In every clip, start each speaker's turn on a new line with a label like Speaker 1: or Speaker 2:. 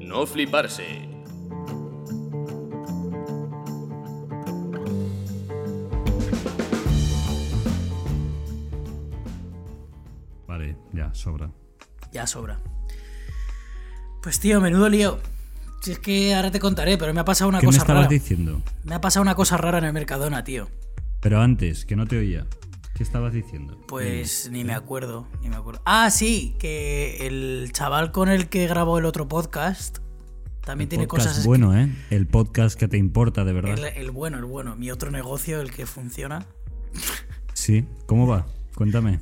Speaker 1: no fliparse.
Speaker 2: Vale, ya, sobra.
Speaker 3: Ya sobra. Pues tío, menudo lío. Si es que ahora te contaré, pero me ha pasado una
Speaker 2: ¿Qué me
Speaker 3: cosa
Speaker 2: estabas
Speaker 3: rara.
Speaker 2: diciendo?
Speaker 3: Me ha pasado una cosa rara en el Mercadona, tío.
Speaker 2: Pero antes, que no te oía. ¿Qué estabas diciendo?
Speaker 3: Pues ni me acuerdo, ni me acuerdo. Ah, sí, que el chaval con el que grabó el otro podcast también tiene
Speaker 2: podcast
Speaker 3: cosas. escri-
Speaker 2: bueno, ¿eh? El podcast que te importa, de verdad.
Speaker 3: el, el bueno, el bueno. Mi otro negocio, el que funciona.
Speaker 2: Sí, ¿cómo va? Cuéntame.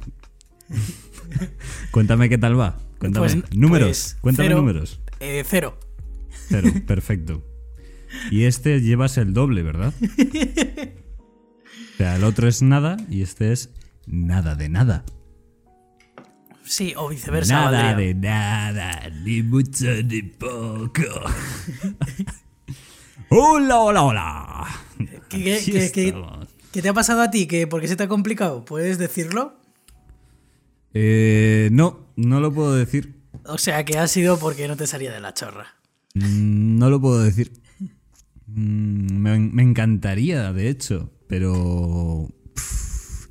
Speaker 2: Cuéntame qué tal va. Cuéntame.
Speaker 3: Pues-
Speaker 2: números,
Speaker 3: pues,
Speaker 2: cuéntame
Speaker 3: cero.
Speaker 2: números.
Speaker 3: Eh, cero.
Speaker 2: Cero, perfecto. Y este llevas el doble, ¿verdad? O sea, el otro es nada y este es nada de nada.
Speaker 3: Sí, o viceversa.
Speaker 2: nada
Speaker 3: Adrián.
Speaker 2: de nada, ni mucho ni poco. hola, hola, hola.
Speaker 3: ¿Qué- qué-
Speaker 2: Aquí
Speaker 3: qué- qué-
Speaker 2: estamos.
Speaker 3: ¿Qué te ha pasado a ti? ¿Qué, ¿Por qué se te ha complicado? ¿Puedes decirlo?
Speaker 2: Eh, no, no lo puedo decir.
Speaker 3: O sea, que ha sido porque no te salía de la chorra.
Speaker 2: Mm, No lo puedo decir. Mm, Me, me encantaría, de hecho, pero pff,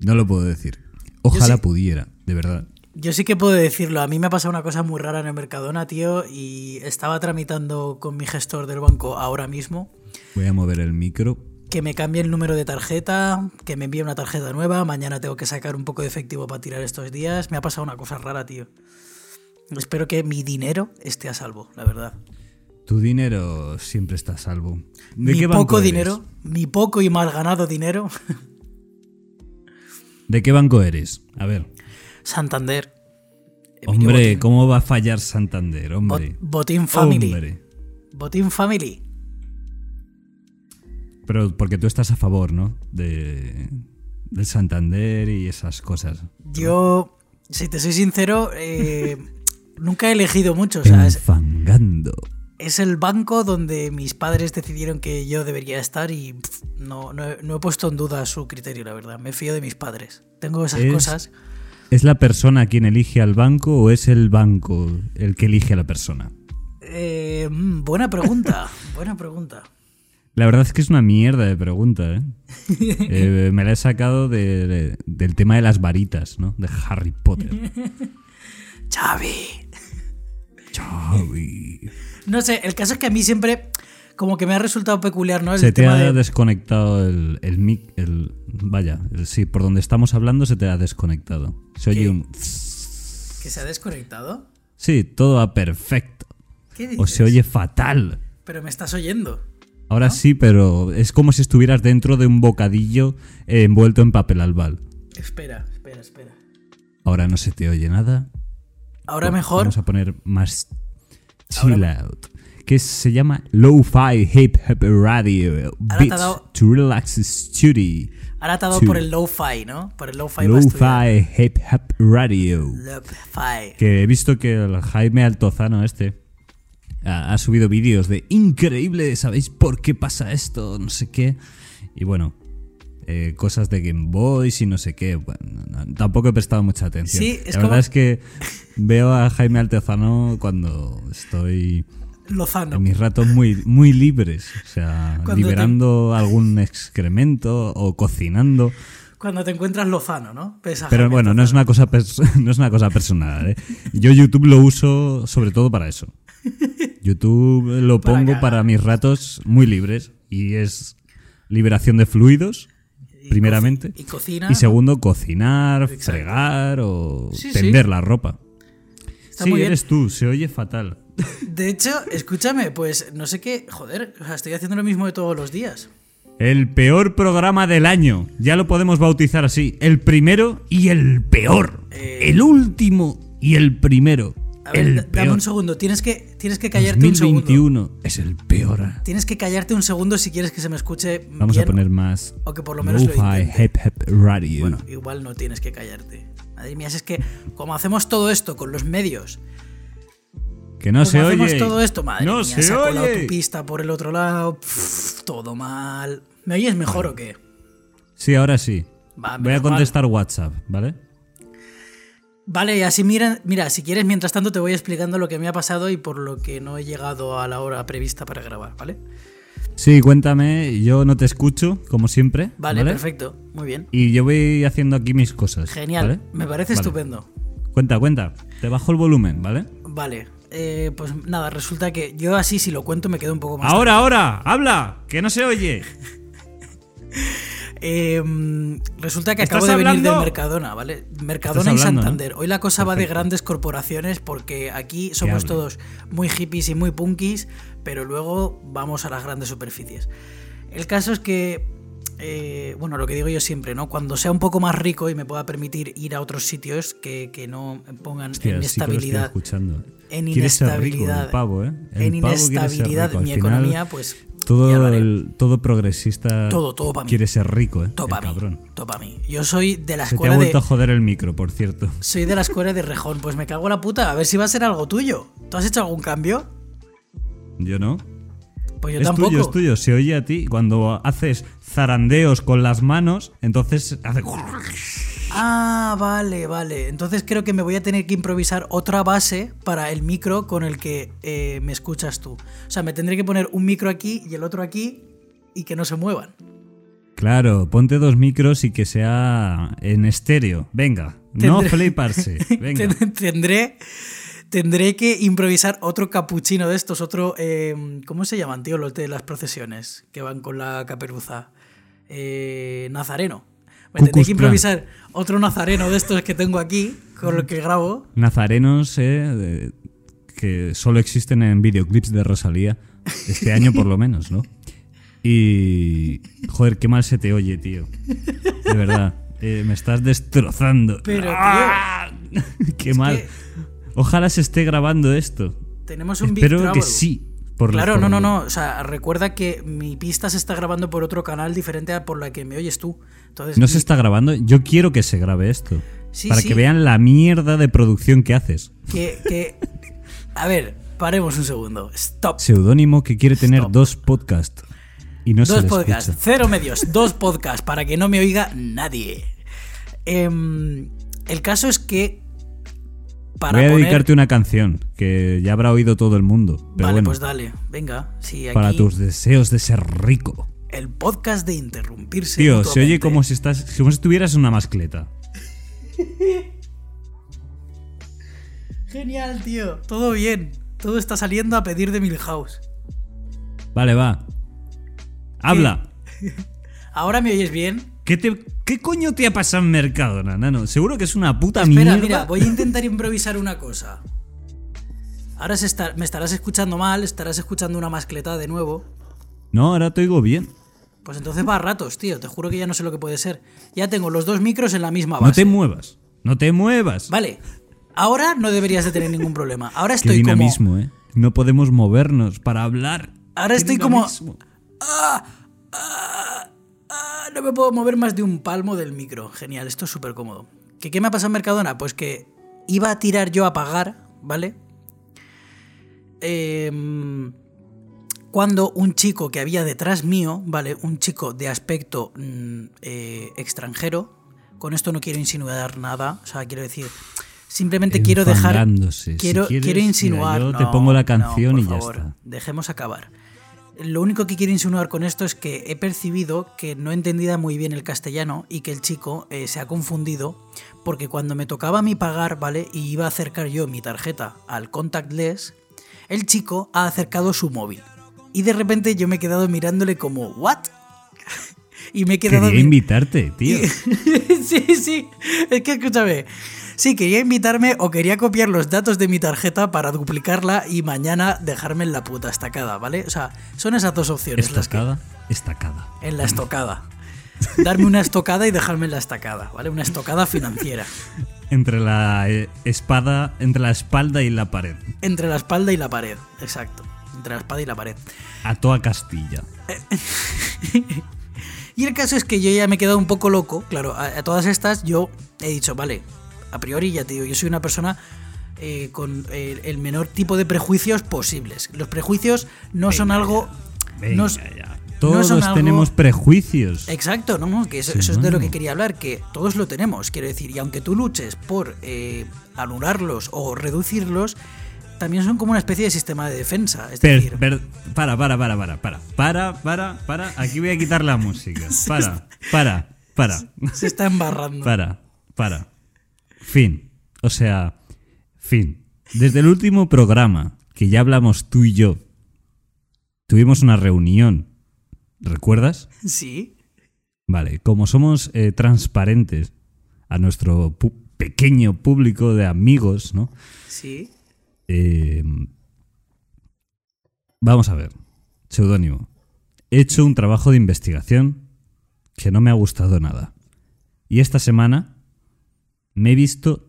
Speaker 2: no lo puedo decir. Ojalá
Speaker 3: sí.
Speaker 2: pudiera, de verdad.
Speaker 3: Yo sí que puedo decirlo. A mí me ha pasado una cosa muy rara en el Mercadona, tío, y estaba tramitando con mi gestor del banco ahora mismo
Speaker 2: Voy a mover el micro.
Speaker 3: que me cambie el número de tarjeta, que me envíe una tarjeta nueva. Mañana tengo que sacar un poco de efectivo para tirar estos días. Me ha pasado una cosa rara, tío. Espero que mi dinero esté a salvo, la verdad.
Speaker 2: Tu dinero siempre está a salvo. ¿De
Speaker 3: mi
Speaker 2: qué banco
Speaker 3: poco
Speaker 2: eres?
Speaker 3: dinero, mi poco y mal ganado dinero,
Speaker 2: ¿De qué banco eres? A ver.
Speaker 3: Santander. Emilio
Speaker 2: Hombre,
Speaker 3: Botín.
Speaker 2: ¿cómo va a fallar Santander?
Speaker 3: Bo-
Speaker 2: Hombre.
Speaker 3: Botín Family.
Speaker 2: Hombre.
Speaker 3: Botín Family.
Speaker 2: Pero porque tú estás a favor, ¿no? De, del Santander y esas cosas.
Speaker 3: Yo, si te soy sincero, eh, nunca he elegido mucho. O
Speaker 2: Mm.
Speaker 3: sea, es,
Speaker 2: Enfangando.
Speaker 3: es el banco donde mis padres decidieron que yo debería estar y pf, no, no he- no he puesto en duda su criterio, la verdad. Me fío de mis padres. Tengo esas
Speaker 2: Es-
Speaker 3: cosas.
Speaker 2: ¿Es la persona quien elige al banco o es el banco el que elige a la persona?
Speaker 3: Eh, mm, buena pregunta, buena pregunta.
Speaker 2: La verdad es que es una mierda de pregunta, ¿eh? Eh, me la he sacado de- de- del tema de las varitas, ¿no? De Harry Potter.
Speaker 3: Xavi.
Speaker 2: Xavi.
Speaker 3: No sé, el caso es que a mí siempre como que me ha resultado peculiar, ¿no? El
Speaker 2: Se te
Speaker 3: tema
Speaker 2: ha
Speaker 3: de-
Speaker 2: desconectado el, el mic, el- vaya, el- sí, por donde estamos hablando se te ha desconectado. Se oye
Speaker 3: ¿Qué?
Speaker 2: un...
Speaker 3: que se ha desconectado.
Speaker 2: Sí, todo va perfecto.
Speaker 3: ¿Qué
Speaker 2: O
Speaker 3: dices?
Speaker 2: se oye fatal.
Speaker 3: Pero me estás oyendo.
Speaker 2: Ahora sí, pero es como si estuvieras dentro de un bocadillo eh, envuelto en papel albal.
Speaker 3: Espera, espera, espera.
Speaker 2: Ahora no se te oye nada.
Speaker 3: Ahora
Speaker 2: Bueno,
Speaker 3: mejor.
Speaker 2: Vamos a poner más chill out. Que se llama Lo-Fi Hip Hop Radio.
Speaker 3: Ahora te ha
Speaker 2: Beats
Speaker 3: dado-
Speaker 2: to Relax Studio.
Speaker 3: Ahora te ha dado
Speaker 2: Sí.
Speaker 3: por el lo-fi, ¿no? Por el lo-fi. para estudiar.
Speaker 2: Lo-Fi Hip Hop Radio.
Speaker 3: Lo-fi.
Speaker 2: Que he visto que el Jaime Altozano este ha, ha subido vídeos de increíble, ¿sabéis por qué pasa esto? No sé qué. Y bueno, eh, cosas de Game Boys y no sé qué. Bueno, no- no- tampoco he prestado mucha atención.
Speaker 3: Sí, es
Speaker 2: La
Speaker 3: como-
Speaker 2: verdad es que veo a Jaime Altozano cuando estoy
Speaker 3: Lozano.
Speaker 2: en mis ratos muy, muy libres. O sea,
Speaker 3: Cuando te-
Speaker 2: liberando algún excremento o cocinando.
Speaker 3: Cuando te encuentras lozano, ¿no? Ves a
Speaker 2: Pero
Speaker 3: Jaime
Speaker 2: bueno, no es una cosa, pers- no es una cosa personal. ¿eh? Yo YouTube lo uso sobre todo para eso. YouTube lo
Speaker 3: Para
Speaker 2: pongo
Speaker 3: cagar.
Speaker 2: para mis ratos muy libres y es liberación de fluidos,
Speaker 3: Y
Speaker 2: primeramente.
Speaker 3: coci- y cocina,
Speaker 2: Y
Speaker 3: ¿no?
Speaker 2: segundo, cocinar,
Speaker 3: Exacto.
Speaker 2: fregar o
Speaker 3: Sí, sí.
Speaker 2: tender la ropa.
Speaker 3: Está
Speaker 2: sí,
Speaker 3: muy bien.
Speaker 2: eres tú, se oye fatal.
Speaker 3: De hecho, escúchame, pues no sé qué. Joder, o sea, estoy haciendo lo mismo de todos los días.
Speaker 2: El peor programa del año. Ya lo podemos bautizar así. El primero y el peor.
Speaker 3: Eh.
Speaker 2: El último y el primero.
Speaker 3: A ver,
Speaker 2: el
Speaker 3: da-
Speaker 2: peor.
Speaker 3: dame un segundo. Tienes que, tienes que callarte un segundo.
Speaker 2: 2021 es el peor.
Speaker 3: Tienes que callarte un segundo si quieres que se me escuche.
Speaker 2: Vamos
Speaker 3: bien,
Speaker 2: a poner más.
Speaker 3: O que por lo menos lo
Speaker 2: Lo-Fi
Speaker 3: intente.
Speaker 2: Hip Hop Radio.
Speaker 3: Bueno, igual no tienes que callarte. Madre mía, si es que como hacemos todo esto con los medios,
Speaker 2: que no
Speaker 3: como
Speaker 2: se
Speaker 3: pues hacemos
Speaker 2: oye.
Speaker 3: todo esto, madre
Speaker 2: no
Speaker 3: mía,
Speaker 2: se
Speaker 3: se ha colado
Speaker 2: oye.
Speaker 3: tu pista por el otro lado, pf, todo mal. ¿Me oyes mejor o qué?
Speaker 2: Sí, ahora sí.
Speaker 3: Va,
Speaker 2: Voy a
Speaker 3: menos mal.
Speaker 2: contestar WhatsApp, ¿vale?
Speaker 3: Vale, y así miren, mira, si quieres, mientras tanto te voy explicando lo que me ha pasado y por lo que no he llegado a la hora prevista para grabar, ¿vale?
Speaker 2: Sí, cuéntame, yo no te escucho, como siempre.
Speaker 3: Vale, perfecto, muy bien.
Speaker 2: Y yo voy haciendo aquí mis cosas.
Speaker 3: Genial,
Speaker 2: ¿vale?
Speaker 3: me parece
Speaker 2: Vale.
Speaker 3: estupendo.
Speaker 2: Cuenta, cuenta. Te bajo el volumen, ¿vale?
Speaker 3: Vale, eh, pues nada, resulta que yo así si lo cuento me quedo un poco más...
Speaker 2: Ahora, ahora, habla, que no se oye.
Speaker 3: Eh, mm, resulta que
Speaker 2: ¿Estás
Speaker 3: acabo de venir
Speaker 2: hablando?
Speaker 3: del Mercadona, ¿vale? Mercadona y
Speaker 2: Estás hablando,
Speaker 3: Santander. Hoy la cosa va de
Speaker 2: Perfecto.
Speaker 3: grandes corporaciones porque aquí somos
Speaker 2: hable.
Speaker 3: todos muy hippies y muy punkis, pero luego vamos a las grandes superficies. El caso es que, eh, bueno, lo que digo yo siempre, ¿no? Cuando sea un poco más rico y me pueda permitir ir a otros sitios que, que no pongan
Speaker 2: Hostia, sí que lo estoy
Speaker 3: inestabilidad.
Speaker 2: escuchando.
Speaker 3: en
Speaker 2: Quiere ser rico,
Speaker 3: inestabilidad.
Speaker 2: el pavo, ¿eh? El
Speaker 3: en
Speaker 2: pavo quiere ser
Speaker 3: inestabilidad
Speaker 2: rico. Al
Speaker 3: mi
Speaker 2: final,
Speaker 3: economía, pues. ya lo
Speaker 2: Todo,
Speaker 3: haré.
Speaker 2: el- todo progresista
Speaker 3: Todo, todo pa' mí.
Speaker 2: quiere ser rico, ¿eh?
Speaker 3: Topa
Speaker 2: El
Speaker 3: mí,
Speaker 2: cabrón.
Speaker 3: topa mí. Yo soy de la
Speaker 2: Se te ha
Speaker 3: escuela de,
Speaker 2: vuelto a joder el micro, por cierto.
Speaker 3: Soy de la escuela de Rejón, pues me cago en la puta, a ver si va a ser algo tuyo. ¿Tú has hecho algún cambio?
Speaker 2: Yo no.
Speaker 3: Pues yo
Speaker 2: es
Speaker 3: tampoco.
Speaker 2: tuyo, es tuyo. Se oye a ti cuando haces zarandeos con las manos, entonces hace...
Speaker 3: Ah, vale, vale. Entonces creo que me voy a tener que improvisar otra base para el micro con el que eh, me escuchas tú. O sea, me tendré que poner un micro aquí y el otro aquí y que no se muevan.
Speaker 2: Claro, ponte dos micros y que sea en estéreo. Venga, no
Speaker 3: Tendré-
Speaker 2: fliparse. Venga.
Speaker 3: tendré, tendré que improvisar otro capuchino de estos, otro... eh, ¿Cómo se llaman, tío, los de las procesiones que van con la caperuza? Eh, nazareno. Me
Speaker 2: Ku
Speaker 3: tendré
Speaker 2: Klux
Speaker 3: que improvisar otro nazareno de estos que tengo aquí, con lo que
Speaker 2: Mm.
Speaker 3: grabo.
Speaker 2: Nazarenos eh, de- que solo existen en videoclips de Rosalía, este año por lo menos, ¿no? Y... Joder, qué mal se te oye, tío. De verdad, eh, me estás destrozando.
Speaker 3: Pero, tío,
Speaker 2: ¡Ah! qué mal.
Speaker 3: que-
Speaker 2: Ojalá se esté grabando esto.
Speaker 3: Tenemos un Big
Speaker 2: Espero que
Speaker 3: Trouble.
Speaker 2: sí. Por la-
Speaker 3: Claro,
Speaker 2: por la-
Speaker 3: no, no, no. O sea, recuerda que mi pista se está grabando por otro canal diferente a por la que me oyes tú. Entonces,
Speaker 2: No
Speaker 3: mi-
Speaker 2: se está grabando. Yo quiero que se grabe esto.
Speaker 3: Sí,
Speaker 2: para
Speaker 3: sí.
Speaker 2: que vean la mierda de producción que haces.
Speaker 3: que, que... A ver, paremos un segundo. Stop.
Speaker 2: Seudónimo que quiere tener
Speaker 3: Stop.
Speaker 2: dos podcasts. Y no se
Speaker 3: dos
Speaker 2: le
Speaker 3: podcasts,
Speaker 2: escucha.
Speaker 3: cero medios, dos podcasts para que no me oiga nadie. Em, el caso es que para
Speaker 2: Voy a
Speaker 3: poner-
Speaker 2: dedicarte una canción que ya habrá oído todo el mundo. Pero
Speaker 3: vale,
Speaker 2: bueno,
Speaker 3: pues dale, venga. Sí, aquí
Speaker 2: para tus deseos de ser rico.
Speaker 3: el podcast de interrumpirse.
Speaker 2: Tío, se oye
Speaker 3: mutuamente.
Speaker 2: como si estás. Como si estuvieras en una mascleta.
Speaker 3: genial, tío. Todo bien, todo está saliendo a pedir de Milhouse.
Speaker 2: Vale, va. Habla.
Speaker 3: Ahora me oyes bien.
Speaker 2: ¿Qué, te, ¿Qué coño te ha pasado en Mercadona, nano? Seguro que es una puta
Speaker 3: Espera,
Speaker 2: mierda.
Speaker 3: mira, voy a intentar improvisar una cosa. Ahora se está- me estarás escuchando mal, estarás escuchando una mascleta de nuevo.
Speaker 2: No, ahora te oigo bien.
Speaker 3: Pues entonces va a ratos, tío. Te juro que ya no sé lo que puede ser. Ya tengo los dos micros en la misma
Speaker 2: No
Speaker 3: base.
Speaker 2: te muevas. No te muevas.
Speaker 3: Ah, Vale. Ahora no deberías de tener ningún problema. Ahora
Speaker 2: Qué
Speaker 3: estoy
Speaker 2: dinamismo, ¿eh? No podemos movernos para hablar.
Speaker 3: Ahora
Speaker 2: Qué
Speaker 3: estoy como-
Speaker 2: dinamismo.
Speaker 3: como... Ah, no me puedo mover más de un palmo del micro. Genial, esto es súper cómodo. ¿Qué, ¿Qué me ha pasado en Mercadona? Pues que iba a tirar yo a pagar, ¿vale? Em, cuando un chico que había detrás mío, ¿vale? Un chico de aspecto mm, eh, extranjero. Con esto no quiero insinuar nada. O sea, quiero decir... Simplemente quiero dejar...
Speaker 2: Enfangándose. Si
Speaker 3: Quiero,
Speaker 2: quieres,
Speaker 3: quiero
Speaker 2: mira,
Speaker 3: insinuar...
Speaker 2: yo te
Speaker 3: no,
Speaker 2: pongo la
Speaker 3: no,
Speaker 2: canción
Speaker 3: por
Speaker 2: y ya
Speaker 3: favor,
Speaker 2: está.
Speaker 3: Dejemos acabar. Lo único que quiero insinuar con esto es que he percibido que no entendía muy bien el castellano y que el chico eh, se ha confundido porque cuando me tocaba a mí pagar, ¿vale? Y iba a acercar yo mi tarjeta al contactless, el chico ha acercado su móvil. Y de repente yo me he quedado mirándole como, ¿what? y me he quedado...
Speaker 2: Quería
Speaker 3: mi-
Speaker 2: invitarte, tío.
Speaker 3: sí, sí. Es que escúchame. Sí, quería invitarme o quería copiar los datos de mi tarjeta para duplicarla y mañana dejarme en la puta estacada, ¿vale? O sea, son esas dos opciones las que.
Speaker 2: Estacada, estacada.
Speaker 3: En la estocada. Darme una estocada y dejarme en la estacada, ¿vale? Una estocada financiera.
Speaker 2: Entre la eh, espada, entre la espalda y la pared.
Speaker 3: Entre la espalda y la pared, exacto. Entre la espalda y la pared.
Speaker 2: A toda Castilla.
Speaker 3: Y el caso es que yo ya me he quedado un poco loco. Claro, a, a todas estas yo he dicho, vale, a priori ya te digo, yo soy una persona eh, con el, el menor tipo de prejuicios posibles. Los prejuicios no son algo...
Speaker 2: Venga
Speaker 3: no s-
Speaker 2: ya. Todos
Speaker 3: son algo-
Speaker 2: tenemos prejuicios.
Speaker 3: Exacto, no, no, que eso,
Speaker 2: Sí,
Speaker 3: eso es de lo que
Speaker 2: no.
Speaker 3: quería hablar, que todos lo tenemos, quiero decir, y aunque tú luches por eh, anularlos o reducirlos, también son como una especie de sistema de defensa. Es
Speaker 2: Per-
Speaker 3: decir,
Speaker 2: per- para, para, para, para, para, para, para, para. Aquí voy a quitar la música. Para, para, para,
Speaker 3: se está embarrando.
Speaker 2: para, para. Fin. O sea, fin. Desde el último programa que ya hablamos tú y yo, tuvimos una reunión. ¿Recuerdas?
Speaker 3: Sí,
Speaker 2: Vale, como somos eh, transparentes a nuestro pu- pequeño público de amigos, ¿no?
Speaker 3: sí.
Speaker 2: Eh, vamos a ver. Seudónimo. He hecho un trabajo de investigación que no me ha gustado nada. Y esta semana me he visto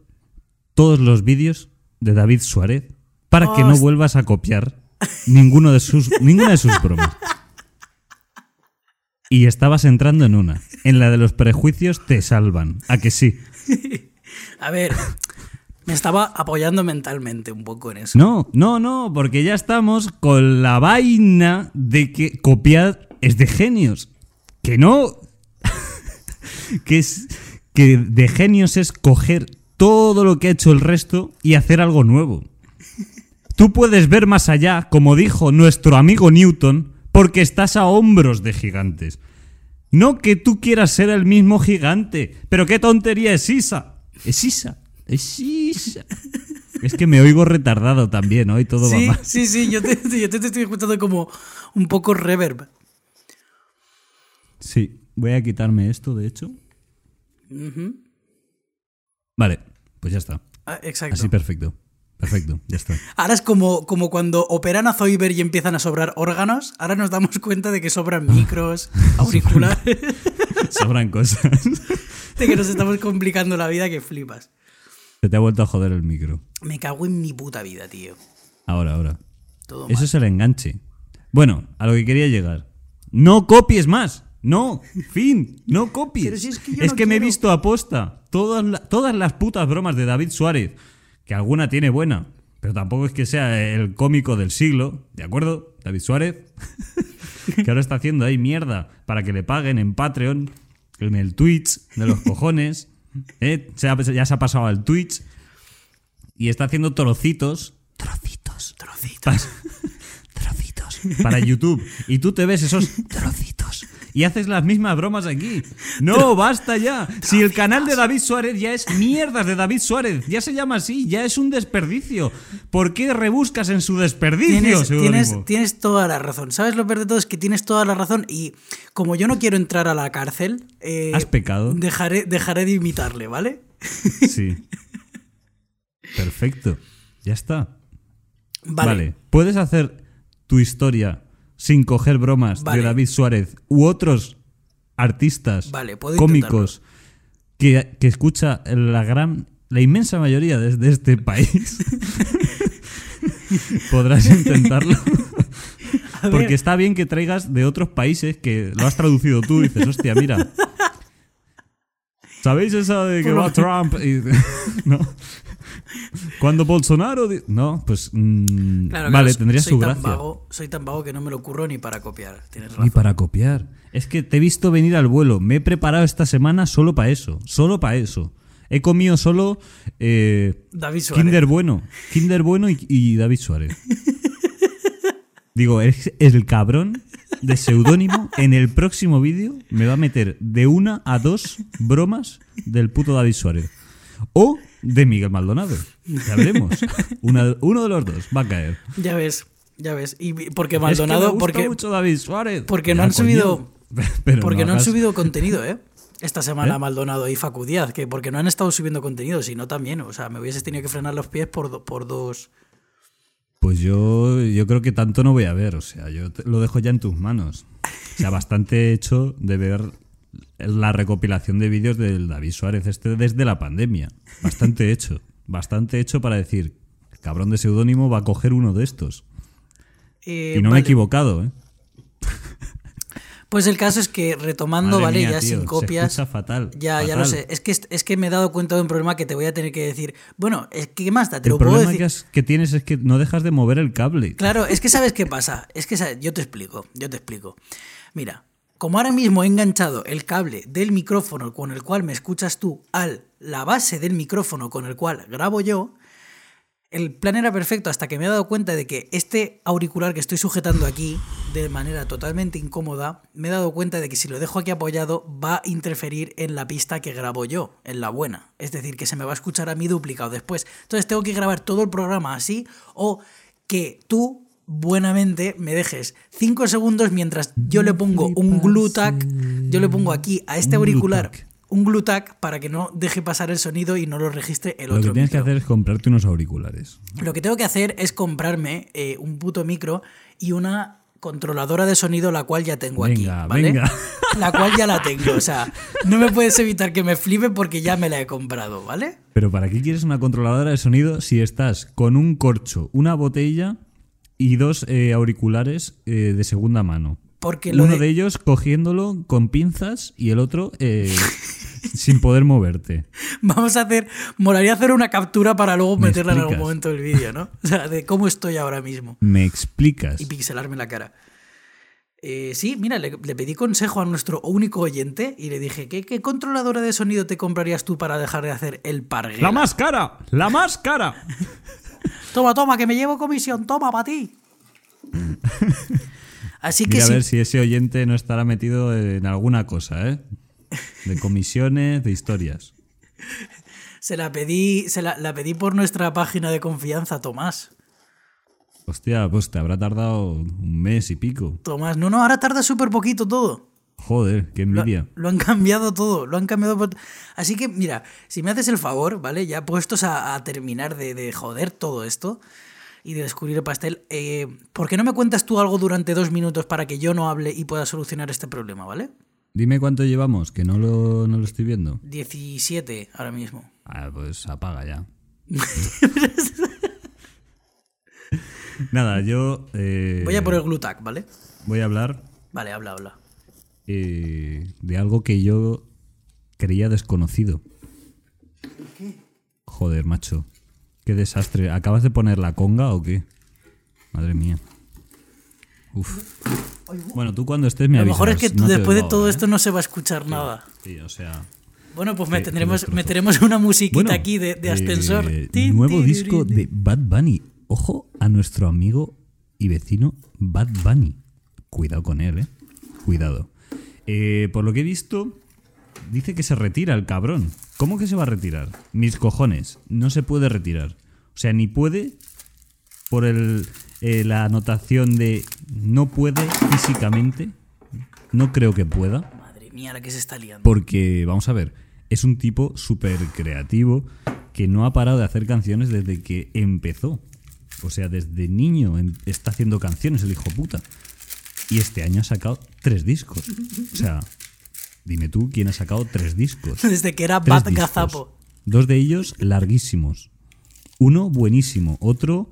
Speaker 2: todos los vídeos de David Suárez para que no
Speaker 3: Host-
Speaker 2: vuelvas a copiar ninguno de sus, ninguna de sus bromas. Y estabas entrando en una. En la de los prejuicios te salvan. A que sí.
Speaker 3: A ver, me estaba apoyando mentalmente un poco en eso.
Speaker 2: No, no, no, porque ya estamos con la vaina de que copiar es de genios. Que no. que es. Que de genios es coger todo lo que ha hecho el resto y hacer algo nuevo. Tú puedes ver más allá, como dijo nuestro amigo Newton, porque estás a hombros de gigantes. No que tú quieras ser el mismo gigante, pero qué tontería es Isa. Es Isa. Es Isa. Es que me oigo retardado también, hoy todo va
Speaker 3: Sí,
Speaker 2: mal.
Speaker 3: sí, sí, yo te, yo te- te estoy escuchando como un poco reverb.
Speaker 2: Sí, voy a quitarme esto, de hecho. Vale, pues ya está.
Speaker 3: Ah, exacto.
Speaker 2: Así perfecto. Perfecto, ya está.
Speaker 3: Ahora es como, como cuando operan a Zoiber y empiezan a sobrar órganos. Ahora nos damos cuenta de que
Speaker 2: Ah.
Speaker 3: sobran micros, auriculares,
Speaker 2: Sobran cosas.
Speaker 3: de que nos estamos complicando la vida que flipas.
Speaker 2: Se te ha vuelto a joder el micro.
Speaker 3: Me cago en mi puta vida, tío.
Speaker 2: Ahora, ahora.
Speaker 3: Todo
Speaker 2: Eso es el enganche. Bueno, a lo que quería llegar. No copies más. No, fin, no copies.
Speaker 3: Pero si es que yo no
Speaker 2: me he
Speaker 3: quiero.
Speaker 2: visto aposta todas, la- todas las putas bromas de David Suárez, que alguna tiene buena, pero tampoco es que sea el cómico del siglo, ¿de acuerdo? David Suárez, que ahora está haciendo ahí mierda para que le paguen en Patreon, en el Twitch de los cojones. ¿eh? Se ha- ya se ha pasado al Twitch y está haciendo trocitos. Trocitos
Speaker 3: Trocito.
Speaker 2: para, trocitos para YouTube y tú te ves esos trocitos y haces las mismas bromas aquí. No, basta ya. Si el canal de David Suárez ya es mierdas de David Suárez, ya se llama así, ya es un desperdicio. ¿Por qué rebuscas en su desperdicio?
Speaker 3: Tienes, tienes,
Speaker 2: seudónimo?
Speaker 3: tienes toda la razón. ¿Sabes lo peor de todo? Es que tienes toda la razón. Y como yo no quiero entrar a la cárcel, eh,
Speaker 2: Has pecado.
Speaker 3: Dejaré, dejaré de imitarle, ¿vale?
Speaker 2: Sí. Perfecto. Ya está.
Speaker 3: Vale.
Speaker 2: Vale. ¿Puedes hacer tu historia sin coger bromas
Speaker 3: Vale.
Speaker 2: de David Suárez u otros artistas
Speaker 3: Vale, puedo
Speaker 2: cómicos que, que escucha la gran, la inmensa mayoría desde este país? Podrás intentarlo.
Speaker 3: A ver,
Speaker 2: Porque está bien que traigas de otros países que lo has traducido tú y dices, hostia, mira. ¿Sabéis esa de que
Speaker 3: Por lo
Speaker 2: va Trump? y- ¿No? Cuando Bolsonaro. di- No, pues. mm,
Speaker 3: claro que
Speaker 2: vale,
Speaker 3: no,
Speaker 2: tendría
Speaker 3: soy
Speaker 2: su
Speaker 3: tan
Speaker 2: gracia.
Speaker 3: Vago, soy tan vago que no me lo ocurro ni para copiar. Tienes razón.
Speaker 2: Ni para copiar. Es que te he visto venir al vuelo. Me he preparado esta semana solo para eso. Solo para eso. He comido solo. eh,
Speaker 3: David Suárez.
Speaker 2: Kinder bueno. Kinder bueno y, y David Suárez. Digo, es, es el cabrón de seudónimo. En el próximo vídeo me va a meter de una a dos bromas del puto David Suárez. O de Miguel Maldonado. Ya veremos. Una- uno de los dos va a caer.
Speaker 3: Ya ves, ya ves. Y vi- porque
Speaker 2: Es que me
Speaker 3: Maldonado,
Speaker 2: gusta
Speaker 3: porque,
Speaker 2: mucho David Suárez.
Speaker 3: porque no
Speaker 2: Ya,
Speaker 3: han
Speaker 2: coño.
Speaker 3: subido-
Speaker 2: Pero
Speaker 3: porque no, han
Speaker 2: hagas-
Speaker 3: subido contenido, ¿eh? Esta semana Maldonado y Facu Díaz, que porque no han estado subiendo contenido, si no también. O sea, me hubieses tenido que frenar los pies por, do- por dos.
Speaker 2: Pues yo, yo creo que tanto no voy a ver, o sea, yo te- lo dejo ya en tus manos. O sea, bastante he hecho de ver la recopilación de vídeos del David Suárez este desde la pandemia. Bastante hecho, bastante hecho para decir, el cabrón de seudónimo va a coger uno de estos.
Speaker 3: Eh,
Speaker 2: Y no me he
Speaker 3: vale.
Speaker 2: equivocado, ¿eh?
Speaker 3: Pues el caso es que retomando,
Speaker 2: Madre
Speaker 3: ¿vale?
Speaker 2: mía,
Speaker 3: ya
Speaker 2: tío,
Speaker 3: sin
Speaker 2: se
Speaker 3: copias.
Speaker 2: escucha fatal,
Speaker 3: Ya, ya lo
Speaker 2: fatal.
Speaker 3: sé. Es que, es que me he dado cuenta de un problema que te voy a tener que decir. Bueno, es que ¿qué más da? Te
Speaker 2: El
Speaker 3: lo puedo
Speaker 2: problema
Speaker 3: decir.
Speaker 2: que, has- que tienes es que no dejas de mover el cable.
Speaker 3: Claro, es que sabes qué pasa. Es que sa- yo te explico, yo te explico. Mira, como ahora mismo he enganchado el cable del micrófono con el cual me escuchas tú al la base del micrófono con el cual grabo yo, el plan era perfecto hasta que me he dado cuenta de que este auricular que estoy sujetando aquí de manera totalmente incómoda, me he dado cuenta de que si lo dejo aquí apoyado va a interferir en la pista que grabo yo, en la buena. Es decir, que se me va a escuchar a mí duplicado después. Entonces tengo que grabar todo el programa así o que tú buenamente me dejes 5 segundos mientras yo le pongo un glutac, yo le pongo aquí a este
Speaker 2: Un
Speaker 3: auricular
Speaker 2: glutac.
Speaker 3: un glutac para que no deje pasar el sonido y no lo registre el
Speaker 2: Lo que
Speaker 3: otro.
Speaker 2: tienes que
Speaker 3: micro.
Speaker 2: hacer es comprarte unos auriculares.
Speaker 3: Lo que tengo que hacer es comprarme eh, un puto micro y una controladora de sonido, la cual ya tengo
Speaker 2: Venga,
Speaker 3: aquí. ¿vale?
Speaker 2: venga.
Speaker 3: La cual ya la tengo. O sea, no me puedes evitar que me flipe porque ya me la he comprado, ¿vale?
Speaker 2: Pero ¿para qué quieres una controladora de sonido si estás con un corcho, una botella y dos eh, auriculares eh, de segunda mano?
Speaker 3: Porque lo
Speaker 2: Uno
Speaker 3: de-
Speaker 2: de ellos cogiéndolo con pinzas y el otro eh, sin poder moverte.
Speaker 3: Vamos a hacer. Molaría hacer una captura para luego
Speaker 2: ¿Me
Speaker 3: meterla en algún
Speaker 2: explicas?
Speaker 3: momento del vídeo, ¿no? O sea, de cómo estoy ahora mismo.
Speaker 2: ¿Me explicas?
Speaker 3: Y pixelarme la cara. Eh, sí, mira, le, le pedí consejo a nuestro único oyente y le dije: ¿qué, qué controladora de sonido te comprarías tú para dejar de hacer el parguero?
Speaker 2: ¡La más cara! ¡La más cara!
Speaker 3: Toma, toma, que me llevo comisión, toma para ti. Así que
Speaker 2: Mira a
Speaker 3: sí,
Speaker 2: ver si ese oyente no estará metido en alguna cosa, ¿eh? De comisiones, de historias.
Speaker 3: se la pedí, se la, la pedí por nuestra página de confianza, Tomás.
Speaker 2: Hostia, pues te habrá tardado un mes y pico.
Speaker 3: Tomás, no, no, ahora tarda súper poquito todo.
Speaker 2: Joder, qué
Speaker 3: Lo,
Speaker 2: envidia.
Speaker 3: lo han cambiado todo, lo han cambiado. por- Así que, mira, si me haces el favor, ¿vale? Ya puestos a, a terminar de, de joder todo esto y de descubrir el pastel, eh, ¿por qué no me cuentas tú algo durante dos minutos para que yo no hable y pueda solucionar este problema, ¿vale?
Speaker 2: Dime cuánto llevamos, que no lo, no lo estoy viendo.
Speaker 3: 17 ahora mismo.
Speaker 2: Ah, pues apaga ya. Nada, yo eh,
Speaker 3: Voy a por el glutac, ¿vale?
Speaker 2: voy a hablar
Speaker 3: Vale, habla, habla.
Speaker 2: eh, de algo que yo creía desconocido. Joder, macho. Qué desastre. ¿Acabas de poner la conga o qué? Madre mía. Uf. Bueno, tú cuando estés me
Speaker 3: Lo
Speaker 2: avisas.
Speaker 3: mejor es que
Speaker 2: no te
Speaker 3: después de
Speaker 2: oigo
Speaker 3: todo
Speaker 2: ahora, ¿eh?
Speaker 3: esto no se va a escuchar nada.
Speaker 2: Sí, o sea...
Speaker 3: Bueno, pues me
Speaker 2: te
Speaker 3: tendremos,
Speaker 2: destrozo.
Speaker 3: meteremos una musiquita
Speaker 2: Bueno,
Speaker 3: aquí de, de
Speaker 2: eh,
Speaker 3: ascensor. Tin,
Speaker 2: nuevo
Speaker 3: tiriri.
Speaker 2: disco de Bad Bunny. Ojo a nuestro amigo y vecino Bad Bunny. Cuidado con él, eh. Cuidado. Eh, por lo que he visto, dice que se retira el cabrón. ¿Cómo que se va a retirar? Mis cojones. No se puede retirar. O sea, ni puede por el, eh, la anotación de no puede físicamente. No creo que pueda.
Speaker 3: Madre mía, la que se está liando.
Speaker 2: Porque, vamos a ver, es un tipo súper creativo que no ha parado de hacer canciones desde que empezó. O sea, desde niño em- está haciendo canciones el hijo puta. Y este año ha sacado tres discos. O sea, dime tú quién ha sacado tres discos.
Speaker 3: Desde que era
Speaker 2: Tres
Speaker 3: Bad
Speaker 2: discos.
Speaker 3: Gazapo.
Speaker 2: Dos de ellos larguísimos. Uno buenísimo, otro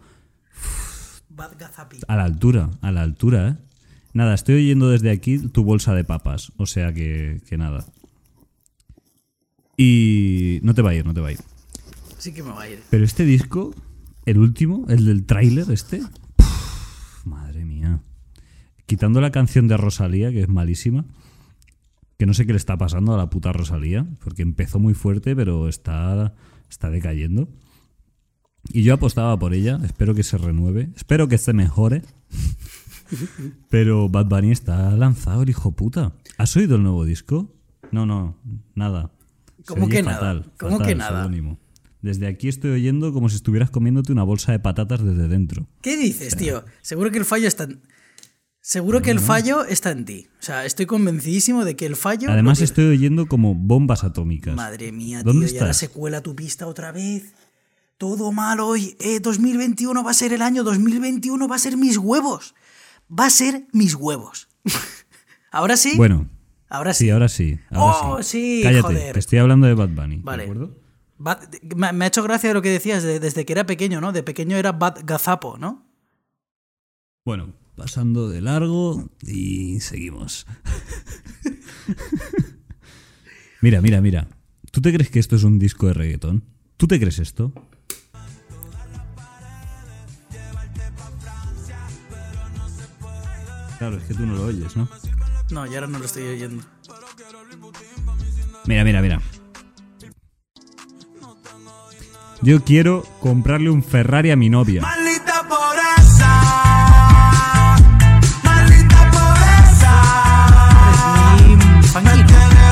Speaker 3: Bad Gazapi.
Speaker 2: a la altura, a la altura, ¿eh? Nada, estoy oyendo desde aquí tu bolsa de papas, o sea que, que nada. Y no te va a ir, no te va a ir.
Speaker 3: Sí que me va a ir.
Speaker 2: Pero este disco, el último, el del tráiler este, puf, madre mía. Quitando la canción de Rosalía, que es malísima, que no sé qué le está pasando a la puta Rosalía, porque empezó muy fuerte, pero está, está decayendo. Y yo apostaba por ella, espero que se renueve, espero que se mejore. Pero Bad Bunny está lanzado, el hijo puta. ¿Has oído el nuevo disco? No, no, nada. Se
Speaker 3: ¿Cómo
Speaker 2: oye
Speaker 3: que nada? ¿Cómo que nada?
Speaker 2: seudónimo. Desde aquí estoy oyendo como si estuvieras comiéndote una bolsa de patatas desde dentro.
Speaker 3: ¿Qué dices, tío? Seguro que el fallo está en... Seguro que el fallo está en ti. O sea, estoy convencidísimo de que el fallo... lo
Speaker 2: Además
Speaker 3: tiene-
Speaker 2: estoy oyendo como bombas atómicas.
Speaker 3: Madre mía, tío,
Speaker 2: ¿Dónde
Speaker 3: y ahora
Speaker 2: estás?
Speaker 3: se cuela tu pista otra vez. Todo mal hoy. Eh, 2021 va a ser el año, 2021 va a ser mis huevos. Va a ser mis huevos. ahora sí.
Speaker 2: Bueno,
Speaker 3: ahora sí.
Speaker 2: sí, ahora sí. ahora
Speaker 3: Oh, sí,
Speaker 2: Cállate,
Speaker 3: joder.
Speaker 2: te estoy hablando de Bad Bunny.
Speaker 3: Vale.
Speaker 2: ¿De acuerdo?
Speaker 3: Va- me, me ha hecho gracia lo que decías de- desde que era pequeño, ¿no? De pequeño era Bad Gazapo, ¿no?
Speaker 2: Bueno, pasando de largo y seguimos. mira, mira, mira. ¿Tú te crees que esto es un disco de reggaetón? ¿Tú te crees esto? Claro, es que tú no lo oyes, ¿no?
Speaker 3: No, yo ahora no lo estoy oyendo.
Speaker 2: Mira, mira, mira. Yo quiero comprarle un Ferrari a mi novia.
Speaker 1: Maldita pobreza. Maldita pobreza.
Speaker 3: Y mm, funky, ¿no?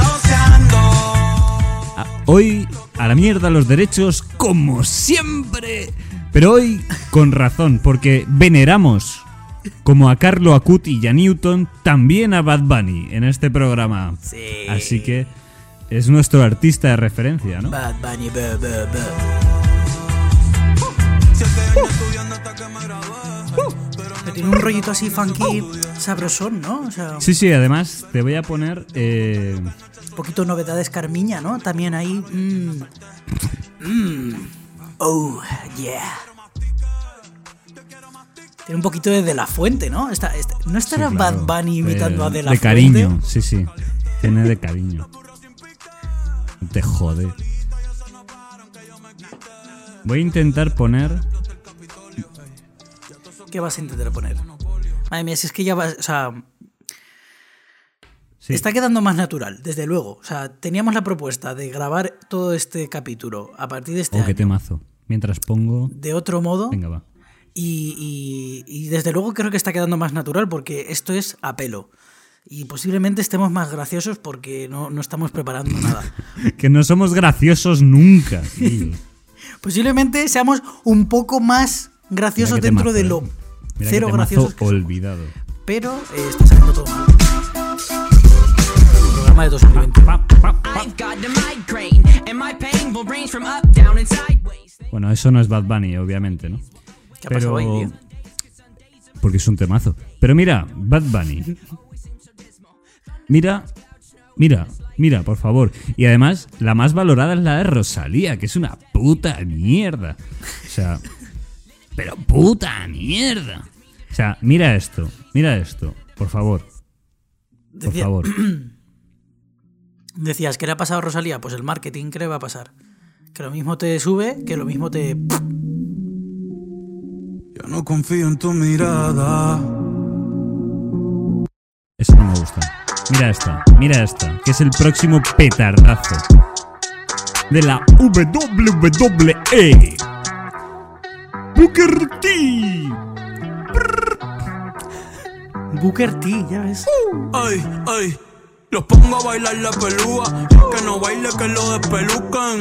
Speaker 1: Negociando.
Speaker 2: A- Hoy a la mierda los derechos como siempre. Pero hoy con razón, porque veneramos como a Carlo Acuti y a Newton, también a Bad Bunny en este programa.
Speaker 3: Sí.
Speaker 2: Así que es nuestro artista de referencia, ¿no?
Speaker 3: Bad Bunny, bu, bu, bu.
Speaker 1: Siete años estudiando hasta que me gradué.
Speaker 3: Pero tiene un rollito así funky sabrosón, ¿no? O sea,
Speaker 2: Sí, sí, además te voy a poner... eh,
Speaker 3: un poquito novedades Carmiña, ¿no? También ahí. mm. Mm. Oh, yeah. Tiene un poquito de De La Fuente, ¿no? Está- está- ¿No
Speaker 2: sí,
Speaker 3: estará
Speaker 2: claro,
Speaker 3: Bad Bunny imitando
Speaker 2: eh,
Speaker 3: a De La
Speaker 2: De
Speaker 3: Fuente?
Speaker 2: cariño, sí, sí. Tiene de cariño. No Te jode. Voy a intentar poner...
Speaker 3: ¿Qué vas a intentar poner? Madre mía, si es que ya vas. O sea,
Speaker 2: Sí. Oh,
Speaker 3: Está quedando más natural, desde luego. O sea, teníamos la propuesta de grabar todo este capítulo a partir de este
Speaker 2: Oh, qué
Speaker 3: año
Speaker 2: temazo. Mientras pongo.
Speaker 3: de otro modo.
Speaker 2: Venga, va.
Speaker 3: Y, y- y desde luego creo que está quedando más natural porque esto es a pelo. Y posiblemente estemos más graciosos porque no, no estamos preparando nada.
Speaker 2: Que no somos graciosos nunca. tío.
Speaker 3: Posiblemente seamos un poco más graciosos
Speaker 2: Mira qué
Speaker 3: dentro
Speaker 2: temazo,
Speaker 3: de
Speaker 2: eh.
Speaker 3: lo
Speaker 2: Mira qué
Speaker 3: cero
Speaker 2: temazo
Speaker 3: graciosos. que somos.
Speaker 2: olvidado.
Speaker 3: Pero eh, está saliendo todo mal. Programa de
Speaker 2: Ah,
Speaker 3: 2020.
Speaker 2: Pa, pa.
Speaker 4: I've got the migraine, and my pain will range from up, down, and sideways.
Speaker 2: Bueno, eso no es Bad Bunny, obviamente, ¿no?
Speaker 3: ¿Qué ha pasado ahí, tío?
Speaker 2: Porque es un temazo. Pero mira, Bad Bunny. Mira, mira, mira, por favor. Y además, la más valorada es la de Rosalía, que es una puta mierda. O sea, pero puta mierda. O sea, mira esto, mira esto, por favor. Por
Speaker 3: Decía-
Speaker 2: favor.
Speaker 3: Decías, ¿qué le ha pasado a Rosalía? Pues el marketing, ¿qué le va a pasar? Que lo mismo te sube, que lo mismo te...
Speaker 1: Yo no confío en tu mirada.
Speaker 2: Eso no me gusta. Mira esta, mira esta, que es el próximo petardazo de la WWE. Booker T.
Speaker 3: Booker T, ya ves.
Speaker 1: Ay, ay. Los pongo a bailar la pelúa. Y el que no baile, que lo despelucan.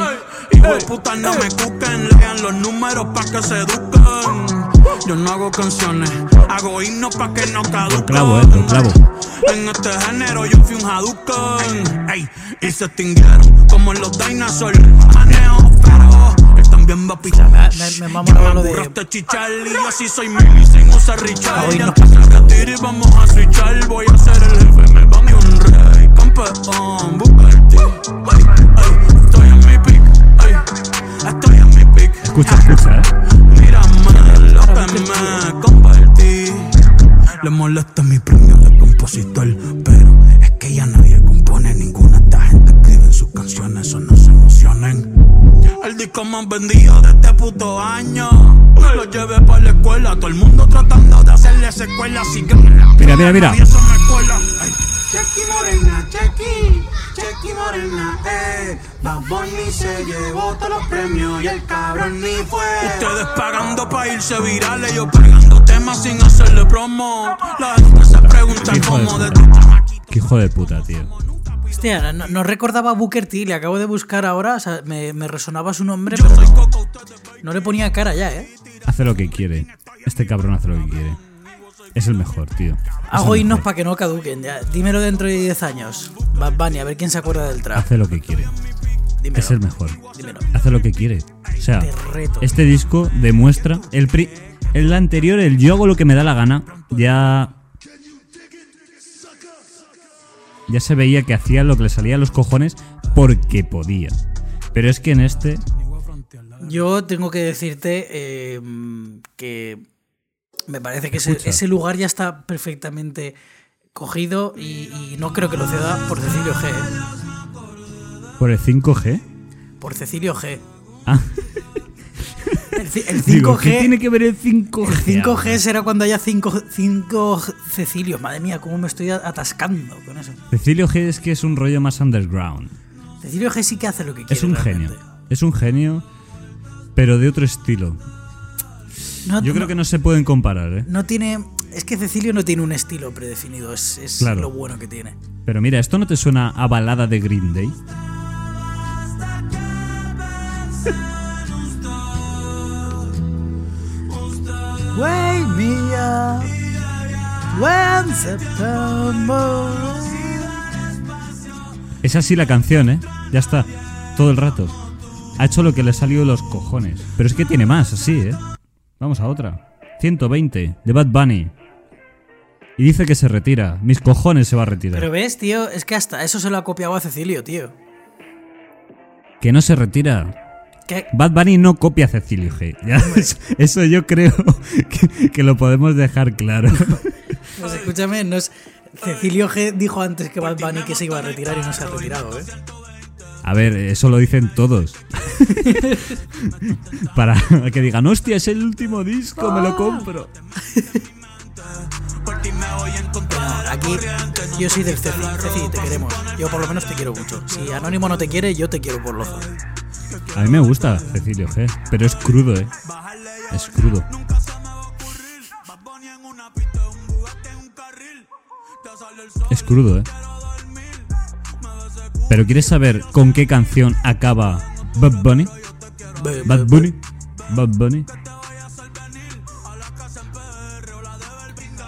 Speaker 1: Hijo de puta, no me cuquen. Lean los números pa' que se eduquen. Yo no hago canciones, hago himnos pa' que no caduquen.
Speaker 2: clavo, eh, lo clavo.
Speaker 1: En este género yo fui un Hadouken. Ey, y se extinguieron como los dinosaurs. Maneo, pero él también va a pichar.
Speaker 3: me- me mama
Speaker 1: Ya
Speaker 3: lo de-
Speaker 1: aburraste, chichar. Y yo sí soy Milly sin usar Richard.
Speaker 3: Hoy
Speaker 1: Ya
Speaker 3: no pasa nada.
Speaker 1: Tiri, vamos a switchar, voy a ser el jefe, me va mi un rey, campeón, Booker T. Ay, ay, estoy en mi pick, ay, estoy en mi pick.
Speaker 2: Escucha, escucha, eh.
Speaker 1: Mírame lo que me compartí. Le molesta mi premio de compositor, pero es que ya nadie compone ninguna. Esta gente escribe en sus canciones, eso no se emocionen. El disco más vendido de este puto año. Lo llevé para la escuela, todo el mundo tratando de hacerle secuela, así que me la
Speaker 2: Mira, mira, mira.
Speaker 1: y eso me cuela. Ay. Chequi Morena, Chequi, Chequi Morena, eh. Bad Bunny se llevó todos los premios y el cabrón ni fue. Ustedes pagando pa' irse virales, yo pagando temas sin hacerle promo. La gente se pregunta
Speaker 2: Hijo de
Speaker 1: cómo de
Speaker 2: puta.
Speaker 1: tu chamaquito.
Speaker 2: Qué hijo de puta, tío.
Speaker 3: Hostia, no, no recordaba a Booker T, le acabo de buscar ahora, o sea, me, me resonaba su nombre,
Speaker 1: Yo
Speaker 3: pero
Speaker 1: soy
Speaker 3: no,
Speaker 1: Coco, ustedes bailan.
Speaker 3: no le ponía cara ya, ¿eh?
Speaker 2: Hace lo que quiere. Este cabrón hace lo que quiere. Es el mejor, tío. Es
Speaker 3: Hago
Speaker 2: el
Speaker 3: himnos
Speaker 2: mejor.
Speaker 3: para que no caduquen, ya. Dímelo dentro de 10 años. Bad Bunny, a ver quién se acuerda del trap.
Speaker 2: Hace lo que quiere.
Speaker 3: Dímelo.
Speaker 2: Es el mejor.
Speaker 3: Dímelo.
Speaker 2: Hace lo que quiere. O sea,
Speaker 3: Te reto.
Speaker 2: este disco demuestra el pri- el anterior, el yo hago lo que me da la gana. Ya ya se veía que hacía lo que le salía a los cojones porque podía. Pero es que en este
Speaker 3: Yo tengo que decirte eh, que me parece que ese,
Speaker 2: Escucha.
Speaker 3: ese lugar ya está perfectamente cogido y, y no creo que lo ceda por Cecilio G. ¿eh?
Speaker 2: por el 5G,
Speaker 3: Por Cecilio G.
Speaker 2: Ah.
Speaker 3: El El, ci- el 5G.
Speaker 2: Digo, ¿qué tiene que ver el 5G?
Speaker 3: El 5G
Speaker 2: ahora?
Speaker 3: será cuando haya 5, 5 Cecilios. Madre mía, cómo me estoy atascando con eso.
Speaker 2: Cecilio G es que es un rollo más underground.
Speaker 3: Cecilio G sí que hace lo que quiere.
Speaker 2: Es un
Speaker 3: realmente.
Speaker 2: genio. Es un genio, pero de otro estilo.
Speaker 3: No,
Speaker 2: Yo
Speaker 3: no-
Speaker 2: creo que no se pueden comparar, ¿eh?
Speaker 3: no tiene. Es que Cecilio no tiene un estilo predefinido. Es, es
Speaker 2: Claro.
Speaker 3: lo bueno que tiene.
Speaker 2: Pero mira, ¿esto no te suena a balada de Green Day?
Speaker 3: Wake me up when September.
Speaker 2: Es así la canción, ¿eh? Ya está, todo el rato. Ha hecho lo que le salió de los cojones. Pero es que tiene más, así, ¿eh? Vamos a otra. 120, de Bad Bunny. Y dice que se retira. Mis cojones se va a retirar.
Speaker 3: Pero ves, tío, es que hasta eso se lo ha copiado a Cecilio, tío.
Speaker 2: Que no se retira.
Speaker 3: Que-
Speaker 2: Bad Bunny no copia a Cecilio G. Ya, eso, eso yo creo que, que lo podemos dejar claro.
Speaker 3: pues escúchame, no es- Cecilio G dijo antes que Bad Bunny que se iba a retirar y no se ha retirado, ¿eh?
Speaker 2: A ver, eso lo dicen todos. Para que digan, hostia, es el último disco, me lo compro.
Speaker 3: Aquí yo soy del Ceci, Ceci, te queremos. Yo por lo menos te quiero mucho. Si Anónimo no te quiere, yo te quiero por loco.
Speaker 2: A mí me gusta Cecilio G, pero es crudo, ¿eh? Es crudo. Es crudo, ¿eh? Pero ¿quieres saber con qué canción acaba Bad Bunny?
Speaker 3: Be-
Speaker 2: Bad
Speaker 3: be-
Speaker 2: Bunny. Bad Bunny.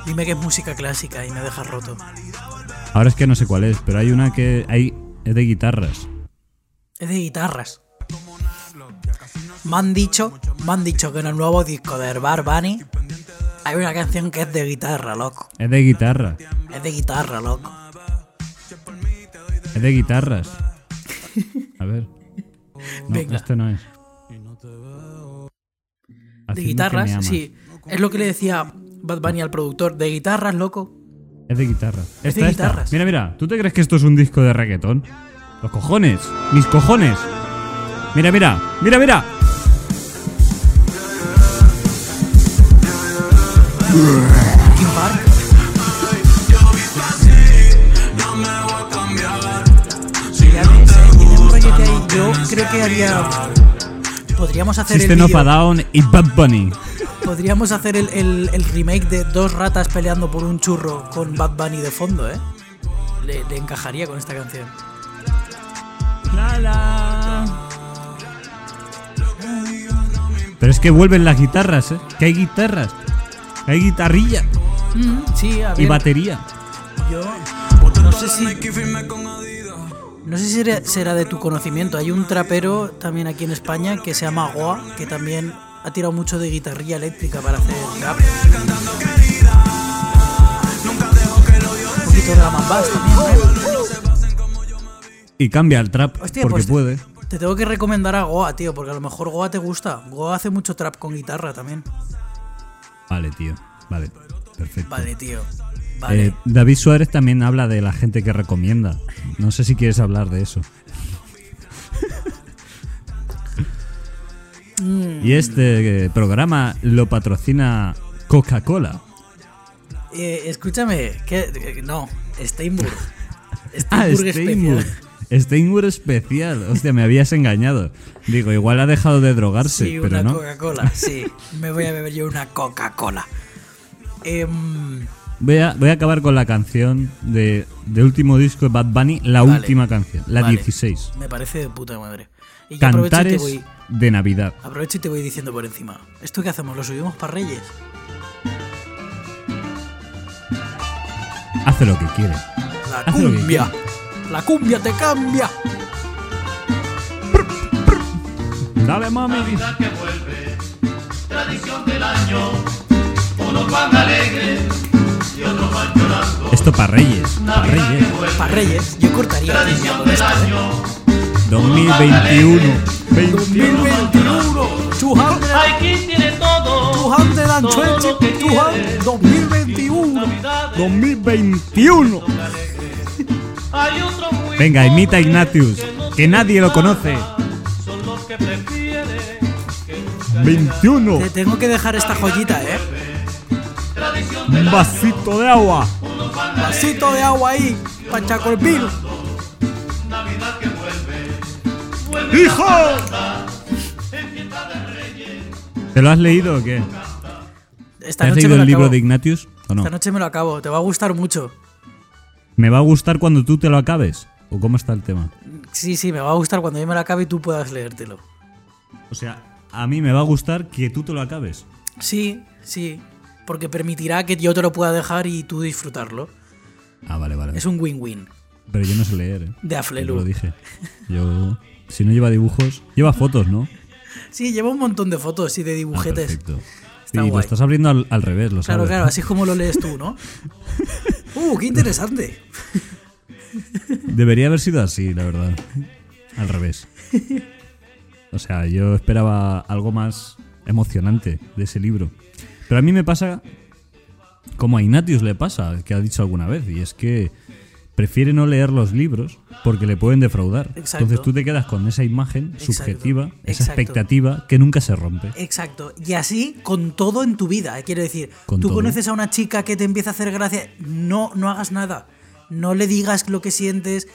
Speaker 3: Dime que es música clásica y me dejas roto.
Speaker 2: Ahora es que no sé cuál es, pero hay una que hay es de guitarras.
Speaker 3: Es de guitarras. Me han dicho, me han dicho que en el nuevo disco de Herbar Bunny hay una canción que es de guitarra, loco.
Speaker 2: Es de guitarra.
Speaker 3: Es de guitarra, loco.
Speaker 2: Es de guitarras. A ver. No,
Speaker 3: Venga.
Speaker 2: este no es. Haciendo que
Speaker 3: De
Speaker 2: me
Speaker 3: guitarras,
Speaker 2: amas.
Speaker 3: sí. Es lo que le decía Bad Bunny al productor. De guitarras, loco.
Speaker 2: Es de guitarra. Esta, esta.
Speaker 3: guitarras.
Speaker 2: Mira, mira. ¿Tú te crees que esto es un disco de reggaetón? Los cojones. Mis cojones. Mira, mira. Mira, mira.
Speaker 3: Linkin Park. Ya ves, eh, tiene un rollete ahí. Yo creo que haría. Podríamos hacer el.
Speaker 2: System of a
Speaker 3: vídeo-
Speaker 2: Down y Bad Bunny.
Speaker 3: Podríamos hacer el, el- el remake de dos ratas peleando por un churro con Bad Bunny de fondo, ¿eh? Le, le encajaría con esta canción.
Speaker 2: Pero es que vuelven las guitarras, ¿eh? Que hay guitarras. Que hay guitarrilla
Speaker 3: Sí, a
Speaker 2: y
Speaker 3: ver,
Speaker 2: batería.
Speaker 3: Yo no sé si. No sé si será, será de tu conocimiento. Hay un trapero también aquí en España que se llama Goa, que también ha tirado mucho de guitarrilla eléctrica para hacer trap. Un poquito de la mambas también, ¿eh?
Speaker 2: Y cambia el trap
Speaker 3: Hostia,
Speaker 2: porque
Speaker 3: pues te-
Speaker 2: puede.
Speaker 3: Te tengo que recomendar a Goa, tío, porque a lo mejor Goa te gusta. Goa hace mucho trap con guitarra también.
Speaker 2: Vale, tío. Vale. Perfecto.
Speaker 3: Vale, tío. Vale.
Speaker 2: Eh, David Suárez también habla de la gente que recomienda. No sé si quieres hablar de eso.
Speaker 3: Mm.
Speaker 2: y este eh, programa lo patrocina Coca-Cola.
Speaker 3: Eh, escúchame, que eh, no, Steinburg.
Speaker 2: Ah,
Speaker 3: Steinburg
Speaker 2: Steinburg.
Speaker 3: especial.
Speaker 2: Steinburg especial. Hostia, me habías engañado. Digo, igual ha dejado de drogarse,
Speaker 3: Sí,
Speaker 2: pero
Speaker 3: una
Speaker 2: no.
Speaker 3: Coca-Cola, sí. Me voy a beber yo una Coca-Cola. Em,
Speaker 2: Voy a, voy a acabar con la canción de, de último disco de Bad Bunny, la
Speaker 3: Vale.
Speaker 2: última canción, la
Speaker 3: Vale.
Speaker 2: 16.
Speaker 3: me parece de puta madre. Y yo aprovecho y te
Speaker 2: Cantares
Speaker 3: voy.
Speaker 2: de Navidad.
Speaker 3: Aprovecho y te voy diciendo por encima. ¿Esto qué hacemos? ¿Lo subimos para Reyes?
Speaker 2: Hace lo que quiere.
Speaker 3: La
Speaker 2: Haz lo que
Speaker 3: cumbia. La cumbia te cambia.
Speaker 2: Dale, mami.
Speaker 5: Navidad que vuelve, tradición del año. Unos van alegres y otros van llorando.
Speaker 2: Esto para Reyes. Para
Speaker 5: Navidad
Speaker 2: Reyes.
Speaker 5: que vuelve,
Speaker 3: Para Reyes, yo cortaría. piña
Speaker 5: tradición
Speaker 3: con
Speaker 5: del
Speaker 3: esto, ¿eh?
Speaker 5: año.
Speaker 2: 2021.
Speaker 3: 2021, 200,
Speaker 5: Aquí tiene todo.
Speaker 3: 200 and
Speaker 5: Todo lo que
Speaker 3: 20, 200, 2021.
Speaker 5: Navidades
Speaker 2: 2021.
Speaker 5: hay otros muy
Speaker 2: Venga, imita a
Speaker 5: pobres
Speaker 2: Ignatius,
Speaker 5: no
Speaker 2: que nadie lo conoce.
Speaker 5: Son los que prefieren que
Speaker 2: 21.
Speaker 3: Te tengo que dejar esta joyita, ¿eh?
Speaker 2: Un vasito de agua.
Speaker 3: Vasito de agua ahí, pachacolpil.
Speaker 2: ¡Hijo! ¿Te lo has leído o qué? ¿Te
Speaker 3: Esta
Speaker 2: has
Speaker 3: noche
Speaker 2: leído
Speaker 3: me lo
Speaker 2: el libro
Speaker 3: acabo.
Speaker 2: de Ignatius o no?
Speaker 3: Esta noche me lo acabo, te va a gustar mucho.
Speaker 2: ¿Me va a gustar cuando tú te lo acabes? ¿O cómo está el tema?
Speaker 3: Sí, sí, me va a gustar cuando yo me lo acabe y tú puedas leértelo.
Speaker 2: O sea, a mí me va a gustar que tú te lo acabes.
Speaker 3: Sí, sí, porque permitirá que yo te lo pueda dejar y tú disfrutarlo.
Speaker 2: Ah, vale, vale.
Speaker 3: Es un win-win
Speaker 2: Pero yo no sé leer, ¿eh?
Speaker 3: de
Speaker 2: Yo Lo
Speaker 3: Aflelu.
Speaker 2: dije. Yo. Si no lleva dibujos. Lleva fotos, ¿no?
Speaker 3: Sí, lleva un montón de fotos y de
Speaker 2: Ah,
Speaker 3: dibujetes.
Speaker 2: perfecto.
Speaker 3: Está
Speaker 2: y lo
Speaker 3: guay.
Speaker 2: estás abriendo al, al revés, lo
Speaker 3: claro,
Speaker 2: sabes.
Speaker 3: claro, así es como lo lees tú, ¿no? ¡Uh, qué interesante!
Speaker 2: Debería haber sido así, la verdad. Al revés. O sea, yo esperaba algo más emocionante de ese libro. Pero a mí me pasa como a Ignatius le pasa, que ha dicho alguna vez, y es que prefiere no leer los libros porque le pueden defraudar.
Speaker 3: Exacto.
Speaker 2: Entonces tú te quedas con esa imagen
Speaker 3: Exacto.
Speaker 2: subjetiva, esa
Speaker 3: Exacto.
Speaker 2: expectativa que nunca se rompe.
Speaker 3: Exacto. Y así con todo en tu vida. Quiero decir,
Speaker 2: Con
Speaker 3: tú
Speaker 2: todo.
Speaker 3: conoces a una chica que te empieza a hacer gracia. No, no hagas nada. No le digas lo que sientes.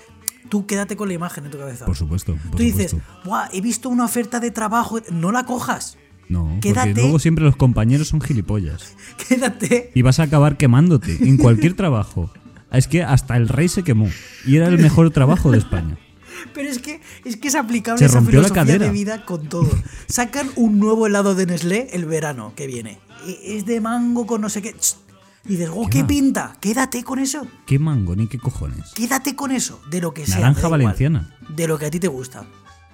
Speaker 3: Tú quédate con la imagen en tu cabeza.
Speaker 2: Por supuesto. Por
Speaker 3: tú dices,
Speaker 2: supuesto.
Speaker 3: Buah, he visto una oferta de trabajo. No la cojas.
Speaker 2: No,
Speaker 3: quédate-
Speaker 2: porque luego siempre los compañeros son gilipollas.
Speaker 3: Quédate.
Speaker 2: y vas a acabar quemándote en cualquier trabajo. Es que hasta el rey se quemó y era el mejor trabajo de España.
Speaker 3: Pero es que es que es aplicable
Speaker 2: Se
Speaker 3: esa
Speaker 2: rompió la
Speaker 3: filosofía de
Speaker 2: cadera.
Speaker 3: vida con todo. Sacan un nuevo helado de Nestlé el verano que viene. E- Es de mango con no sé qué. Tss. Y dices, oh, qué
Speaker 2: va?
Speaker 3: pinta. Quédate con eso.
Speaker 2: ¿Qué mango ni qué cojones?
Speaker 3: Quédate con eso, de lo que sea.
Speaker 2: Naranja
Speaker 3: me da igual.
Speaker 2: valenciana.
Speaker 3: de lo que a ti te gusta,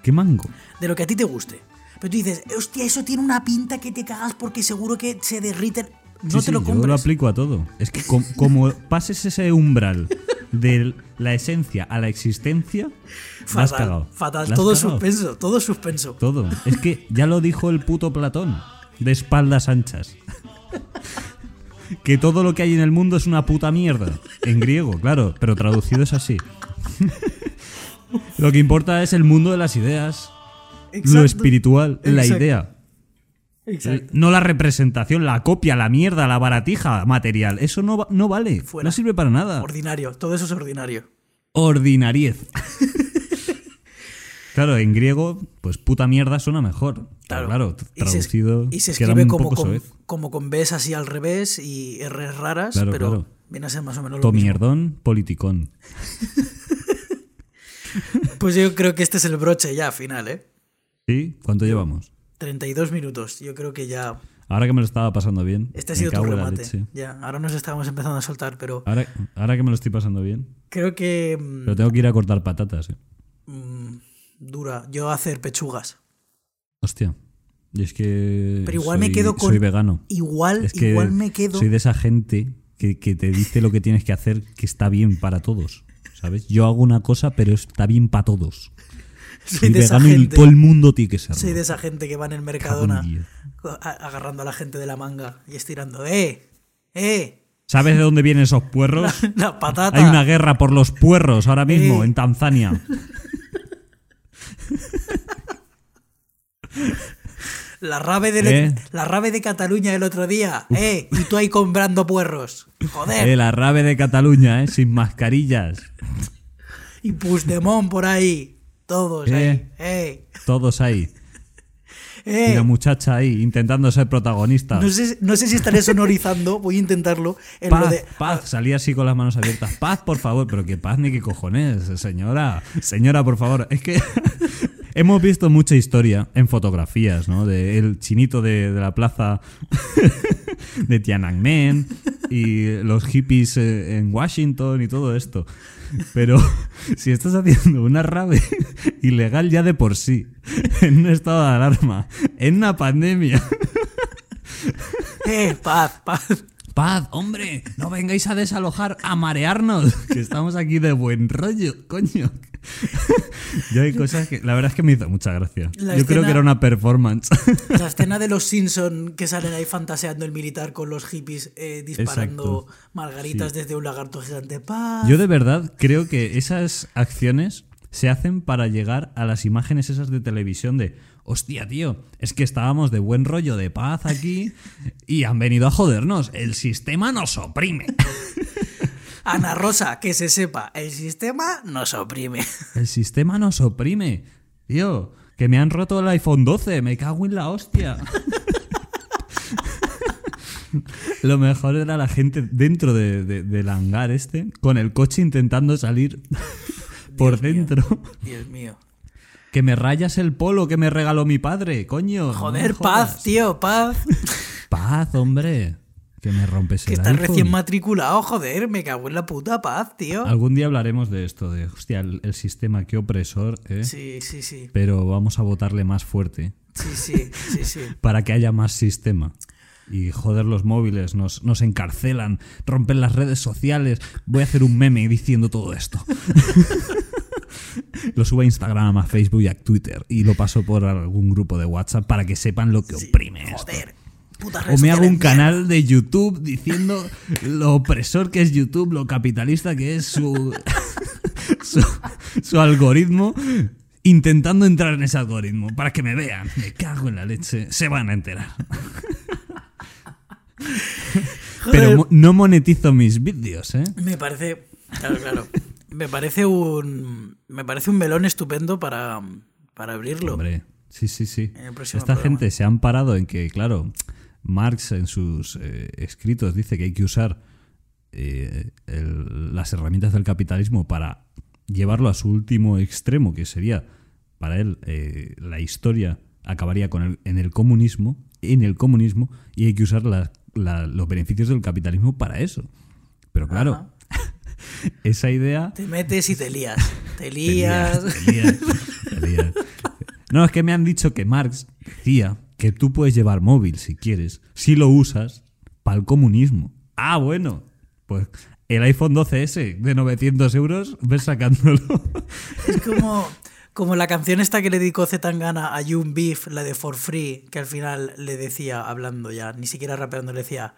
Speaker 2: ¿Qué mango?
Speaker 3: de lo que a ti te guste. Pero tú dices, hostia, eso tiene una pinta que te cagas porque seguro que se derriten. No
Speaker 2: Sí,
Speaker 3: te
Speaker 2: sí,
Speaker 3: lo
Speaker 2: Yo
Speaker 3: compres.
Speaker 2: lo aplico a todo. Es que com- como pases ese umbral de la esencia a la existencia, la has
Speaker 3: fatal,
Speaker 2: cagado.
Speaker 3: fatal.
Speaker 2: La has
Speaker 3: Todo
Speaker 2: cagado.
Speaker 3: suspenso, todo suspenso.
Speaker 2: Todo. Es que ya lo dijo el puto Platón, de espaldas anchas. Que todo lo que hay en el mundo es una puta mierda. En griego, claro, pero traducido es así. Lo que importa es el mundo de las ideas, lo
Speaker 3: Exacto,
Speaker 2: espiritual, la
Speaker 3: exacto,
Speaker 2: idea.
Speaker 3: exacto.
Speaker 2: No la representación, la copia, la mierda, la baratija material. Eso no, va- no vale.
Speaker 3: Fuera.
Speaker 2: No sirve para nada.
Speaker 3: Ordinario, todo eso es ordinario.
Speaker 2: Ordinariez. claro, en griego, pues puta mierda suena mejor. Claro, claro t-
Speaker 3: Y se es-
Speaker 2: traducido.
Speaker 3: Y se,
Speaker 2: queda
Speaker 3: escribe
Speaker 2: un
Speaker 3: como
Speaker 2: poco
Speaker 3: con,
Speaker 2: soez.
Speaker 3: como con Bs así al revés y R raras,
Speaker 2: Claro,
Speaker 3: pero
Speaker 2: claro.
Speaker 3: viene a ser más o menos lo mismo.
Speaker 2: Tomierdón, politicón.
Speaker 3: Pues yo creo que este es el broche ya final, ¿eh?
Speaker 2: ¿Sí? ¿Cuánto llevamos?
Speaker 3: 32 minutos. Yo creo que ya.
Speaker 2: Ahora que me lo estaba pasando bien.
Speaker 3: Este ha
Speaker 2: me
Speaker 3: sido tu
Speaker 2: cago en la
Speaker 3: remate.
Speaker 2: leche.
Speaker 3: Ya, ahora nos estábamos empezando a soltar, pero
Speaker 2: Ahora, ahora que me lo estoy pasando bien.
Speaker 3: creo que. mm,
Speaker 2: Pero tengo que ir a cortar patatas. eh.
Speaker 3: Mm, dura. Yo hacer pechugas.
Speaker 2: Hostia. Y es que.
Speaker 3: Pero igual
Speaker 2: soy-
Speaker 3: me quedo con.
Speaker 2: Soy vegano.
Speaker 3: Igual,
Speaker 2: Es que
Speaker 3: igual me quedo.
Speaker 2: Soy de esa gente que, que te dice lo que tienes que hacer, que está bien para todos. ¿Sabes? Yo hago una cosa, pero está bien para todos.
Speaker 3: soy
Speaker 2: Soy
Speaker 3: de esa
Speaker 2: vegano y
Speaker 3: gente.
Speaker 2: todo el mundo tiene que serlo.
Speaker 3: Soy de esa gente que va en el
Speaker 2: Cago en
Speaker 3: Mercadona
Speaker 2: diez.
Speaker 3: a- agarrando a la gente de la manga y estirando. ¡Eh! ¡Eh!
Speaker 2: ¿Sabes de dónde vienen esos puerros?
Speaker 3: La patata.
Speaker 2: Hay una guerra por los puerros ahora mismo
Speaker 3: Sí.
Speaker 2: en Tanzania.
Speaker 3: La rave de
Speaker 2: Eh.
Speaker 3: la rave de Cataluña el otro día. ¡Eh! Y tú ahí comprando puerros. Joder.
Speaker 2: Eh, la rave de Cataluña, ¿eh? sin mascarillas.
Speaker 3: Y Puigdemont por ahí. Todos
Speaker 2: Eh.
Speaker 3: ahí. ¡Eh!
Speaker 2: Todos ahí. Y
Speaker 3: ¡Eh!
Speaker 2: la muchacha ahí intentando ser protagonista.
Speaker 3: No sé, no sé si estaré sonorizando, voy a intentarlo. En lo
Speaker 2: Paz,
Speaker 3: de,
Speaker 2: paz, salía así con las manos abiertas. Paz, por favor, pero qué paz ni qué cojones, señora. Señora, por favor. Es que hemos visto mucha historia en fotografías, ¿no? De el chinito de, de la plaza de Tiananmen y los hippies eh, en Washington y todo esto. Pero si estás haciendo una rave ilegal ya de por sí, en un estado de alarma, en una pandemia.
Speaker 3: ¡Eh! ¡Paz! ¡Paz!
Speaker 2: Paz, hombre, no vengáis a desalojar, a marearnos, que estamos aquí de buen rollo, coño. Yo hay cosas que, la verdad es que me hizo mucha gracia.
Speaker 3: La
Speaker 2: Yo creo
Speaker 3: escena-
Speaker 2: que era una performance.
Speaker 3: La escena de los Simpson que salen ahí fantaseando el militar con los hippies eh, disparando
Speaker 2: Exacto.
Speaker 3: margaritas
Speaker 2: Sí.
Speaker 3: desde un lagarto gigante. ¡Paz!
Speaker 2: Yo de verdad creo que esas acciones se hacen para llegar a las imágenes esas de televisión de, Hostia, tío, es que estábamos de buen rollo de paz aquí y han venido a jodernos. El sistema nos oprime.
Speaker 3: Ana Rosa, que se sepa, el sistema nos oprime.
Speaker 2: El sistema nos oprime. Tío, que me han roto el iPhone 12, me cago en la hostia. Lo mejor era la gente dentro de- de- del hangar este, con el coche intentando salir por
Speaker 3: Dios mío.
Speaker 2: dentro.
Speaker 3: Dios mío.
Speaker 2: Que me rayas el polo que me regaló mi padre, coño. no
Speaker 3: Joder,
Speaker 2: me
Speaker 3: paz,
Speaker 2: jodas.
Speaker 3: tío, paz.
Speaker 2: Paz, hombre. Que me rompes
Speaker 3: Que
Speaker 2: el
Speaker 3: estás
Speaker 2: iPhone.
Speaker 3: recién matriculado, joder, me cago en la puta paz, tío.
Speaker 2: Algún día hablaremos de esto, de hostia, el, el sistema, qué opresor, ¿eh?
Speaker 3: Sí, sí, sí.
Speaker 2: Pero vamos a votarle más fuerte
Speaker 3: Sí, sí, sí, sí.
Speaker 2: para que haya más sistema. Y joder, los móviles nos, nos encarcelan, rompen las redes sociales. Voy a hacer un meme diciendo todo esto. lo subo a Instagram, a Facebook y a Twitter. Y lo paso por algún grupo de WhatsApp para que sepan lo que oprime esto.
Speaker 3: Joder. Puta
Speaker 2: O me hago un canal de YouTube diciendo lo opresor que es YouTube, lo capitalista que es su, su, su algoritmo, intentando entrar en ese algoritmo para que me vean. Me cago en la leche, se van a enterar. Pero mo- no monetizo mis vídeos, ¿eh?
Speaker 3: Me parece. Claro, claro. Me parece un. Me parece un melón estupendo para, para abrirlo.
Speaker 2: Hombre, sí, sí, sí.
Speaker 3: En el
Speaker 2: Esta
Speaker 3: próximo programa.
Speaker 2: gente se han parado en que, claro, Marx en sus eh, escritos dice que hay que usar eh, el- las herramientas del capitalismo para llevarlo a su último extremo, que sería, para él, eh, la historia acabaría con el- en el comunismo, en el comunismo, y hay que usar la- la- los beneficios del capitalismo para eso. Pero claro, esa idea
Speaker 3: Te metes y te lías. Te
Speaker 2: te lías,
Speaker 3: lías.
Speaker 2: te lías, te lías. No, es que me han dicho que Marx decía que tú puedes llevar móvil si quieres, si lo usas, para el comunismo. Ah, bueno, pues el iPhone 12S de 900 euros, ves sacándolo.
Speaker 3: Es como, como la canción esta que le dedicó Zetangana a Yoon Beef, la de For Free, que al final le decía, hablando ya, ni siquiera rapeando, le decía,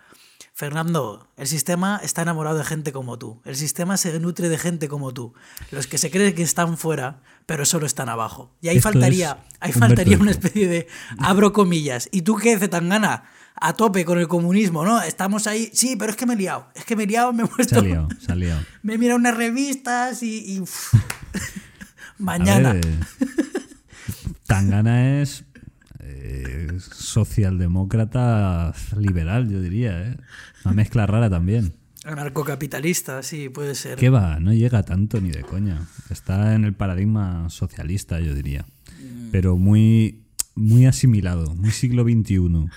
Speaker 3: Fernando, el sistema está enamorado de gente como tú. El sistema se nutre de gente como tú. Los que se creen que están fuera, pero solo están abajo. Y ahí
Speaker 2: Esto
Speaker 3: faltaría,
Speaker 2: es
Speaker 3: ahí
Speaker 2: Humberto
Speaker 3: faltaría una
Speaker 2: Eco.
Speaker 3: especie de abro comillas. ¿Y tú qué, Zetangana? A tope con el comunismo, ¿no? Estamos ahí. Sí, pero es que me he liado. Es que me he liado, me he
Speaker 2: Se ha
Speaker 3: puesto.
Speaker 2: liado, se ha liado.
Speaker 3: Me he mirado unas revistas y. y, uf.
Speaker 2: A
Speaker 3: Mañana.
Speaker 2: ver, eh, Tangana es eh, socialdemócrata liberal, yo diría, ¿eh? Una mezcla rara también.
Speaker 3: Anarcocapitalista, sí, puede ser.
Speaker 2: ¿Qué va? No llega tanto ni de coña. Está en el paradigma socialista, yo diría. Pero muy, muy asimilado, muy siglo XXI.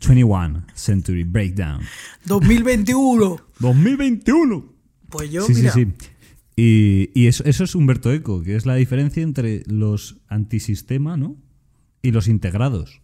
Speaker 2: 21 Century Breakdown.
Speaker 3: 2021.
Speaker 2: 2021.
Speaker 3: Pues yo,
Speaker 2: sí,
Speaker 3: mira.
Speaker 2: sí, sí. Y, y eso, eso es Humberto Eco, que es la diferencia entre los antisistema, ¿no? Y los integrados.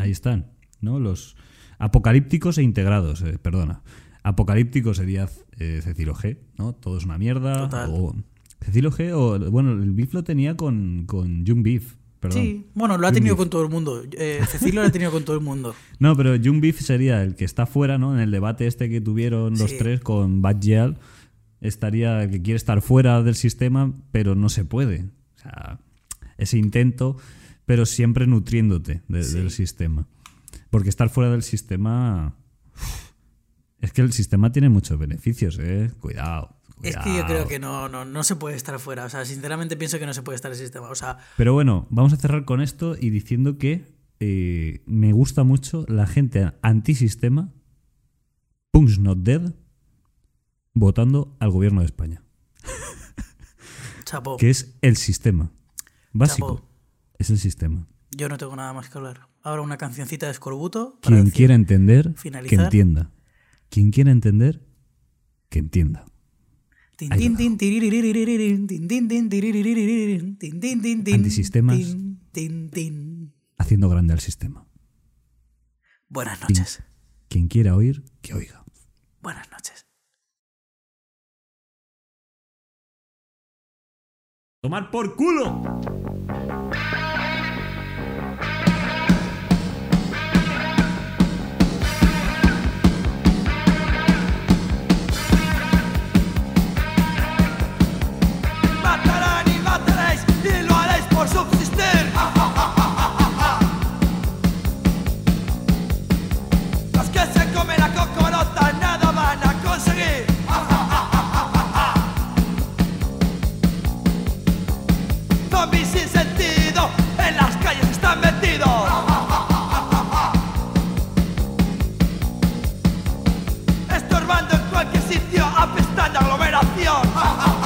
Speaker 2: Ahí están, ¿no? Los apocalípticos e integrados, eh, perdona. Apocalíptico sería eh, Cecilio G, ¿no? Todo es una mierda.
Speaker 3: Total.
Speaker 2: O Cecilio G, o bueno, el beef lo tenía con, con Jun Beef, perdón.
Speaker 3: Sí, bueno, lo ha
Speaker 2: Jun
Speaker 3: tenido
Speaker 2: Beef.
Speaker 3: con todo el mundo. Eh, Cecilio lo ha tenido con todo el mundo.
Speaker 2: No, pero Jun Beef sería el que está fuera, ¿no? En el debate este que tuvieron los
Speaker 3: Sí.
Speaker 2: tres con Bad Gyal, estaría el que quiere estar fuera del sistema, pero no se puede. O sea, ese intento, pero siempre nutriéndote de- del sistema. Porque estar fuera del sistema. uf, Es que el sistema tiene muchos beneficios, ¿eh? Cuidado.
Speaker 3: Es que yo creo
Speaker 2: cuidado.
Speaker 3: que no, no, no se puede estar fuera. O sea, sinceramente pienso que no se puede estar el sistema. O sea,
Speaker 2: Pero bueno, vamos a cerrar con esto y diciendo que eh, me gusta mucho la gente antisistema, punks not dead, votando al gobierno de España,
Speaker 3: chapo,
Speaker 2: que es el sistema. Básico.
Speaker 3: Chapo.
Speaker 2: Es el sistema.
Speaker 3: yo no tengo nada más que hablar. Ahora una cancioncita de escorbuto. para
Speaker 2: Quien
Speaker 3: decir-
Speaker 2: quiera entender, que
Speaker 3: finalizar.
Speaker 2: entienda. Quien quiera entender, que entienda.
Speaker 3: Tin,
Speaker 2: Ahí lo
Speaker 3: tin, tin, tiriririririririn, tin, tin, tin, tiriririririririn, tin, tin, tin, tin,
Speaker 2: Antisistemas.
Speaker 3: tin, tin, tin.
Speaker 2: Haciendo grande al sistema.
Speaker 3: Buenas noches.
Speaker 2: Quien quiera oír, que oiga.
Speaker 3: Buenas noches.
Speaker 2: ¡Tomar por culo!
Speaker 5: Matarán y mataréis y lo haréis por subsistir. Ja, ja, ja,
Speaker 6: tanta aglomeración.